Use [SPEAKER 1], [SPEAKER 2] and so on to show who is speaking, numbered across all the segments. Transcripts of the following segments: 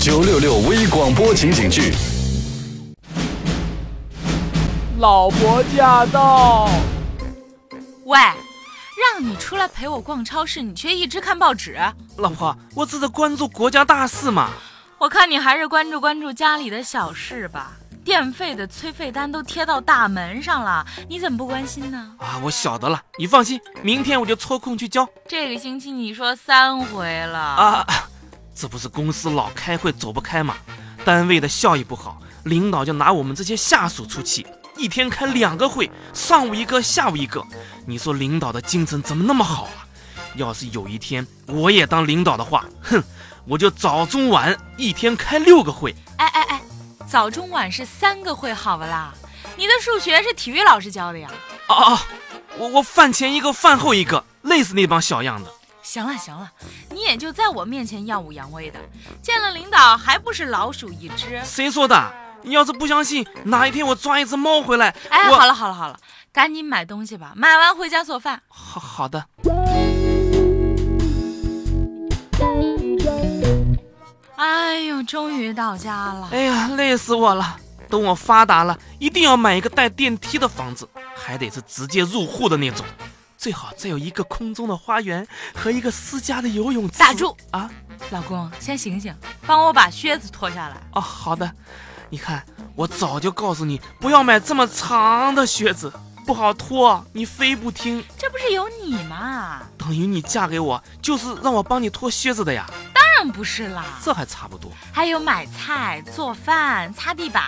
[SPEAKER 1] 九六六微广播情景剧，
[SPEAKER 2] 老婆驾到！
[SPEAKER 3] 喂，让你出来陪我逛超市，你却一直看报纸。
[SPEAKER 4] 老婆，我只是关注国家大事嘛。
[SPEAKER 3] 我看你还是关注关注家里的小事吧。电费的催费单都贴到大门上了，你怎么不关心呢？
[SPEAKER 4] 啊，我晓得了，你放心，明天我就抽空去交。
[SPEAKER 3] 这个星期你说三回了啊！
[SPEAKER 4] 啊，这不是公司老开会走不开嘛？单位的效益不好，领导就拿我们这些下属出气，一天开两个会，上午一个，下午一个。你说领导的精神怎么那么好啊？要是有一天我也当领导的话，哼，我就早中晚一天开六个会。
[SPEAKER 3] 哎哎哎，早中晚是三个会，好不啦？你的数学是体育老师教的呀？
[SPEAKER 4] 啊啊，我我饭前一个，饭后一个，累死那帮小样的。
[SPEAKER 3] 行了行了，你也就在我面前耀武扬威的，见了领导还不是老鼠一只？
[SPEAKER 4] 谁说的？你要是不相信，哪一天我抓一只猫回来，
[SPEAKER 3] 哎，
[SPEAKER 4] 我
[SPEAKER 3] 好了好了好了，赶紧买东西吧，买完回家做饭。
[SPEAKER 4] 好好的。
[SPEAKER 3] 哎呦，终于到家了。
[SPEAKER 4] 哎呀，累死我了！等我发达了，一定要买一个带电梯的房子，还得是直接入户的那种，最好再有一个空中的花园和一个私家的游泳池。
[SPEAKER 3] 打住
[SPEAKER 4] 啊！
[SPEAKER 3] 老公，先醒醒，帮我把靴子脱下来。
[SPEAKER 4] 哦，好的。你看，我早就告诉你不要买这么长的靴子，不好脱，你非不听。
[SPEAKER 3] 这不是有你吗？
[SPEAKER 4] 等于你嫁给我，就是让我帮你脱靴子的呀，
[SPEAKER 3] 当然不是啦，
[SPEAKER 4] 这还差不多。
[SPEAKER 3] 还有买菜、做饭、擦地板。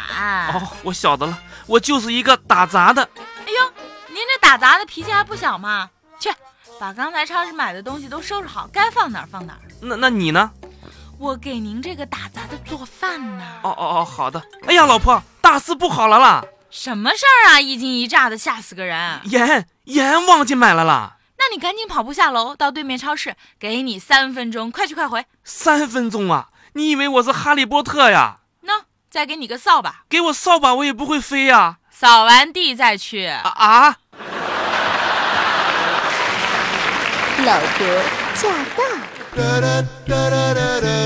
[SPEAKER 4] 哦，我晓得了，我就是一个打杂的。
[SPEAKER 3] 哎呦，您这打杂的脾气还不小嘛！去，把刚才超市买的东西都收拾好，该放哪儿放哪儿。
[SPEAKER 4] 那那你呢？
[SPEAKER 3] 我给您这个打杂的做饭呢。
[SPEAKER 4] 哦哦哦，好的。哎呀，老婆，大事不好了啦！
[SPEAKER 3] 什么事儿啊？一惊一乍的，吓死个人。
[SPEAKER 4] 盐盐忘记买了啦，
[SPEAKER 3] 那你赶紧跑步下楼，到对面超市，给你三分钟，快去快回。
[SPEAKER 4] 三分钟啊！你以为我是哈利波特呀？
[SPEAKER 3] 喏，再给你个扫把，
[SPEAKER 4] 给我扫把我也不会飞呀！
[SPEAKER 3] 扫完地再去。
[SPEAKER 4] 啊啊！
[SPEAKER 5] 老婆驾到。
[SPEAKER 1] 哒哒哒哒哒哒。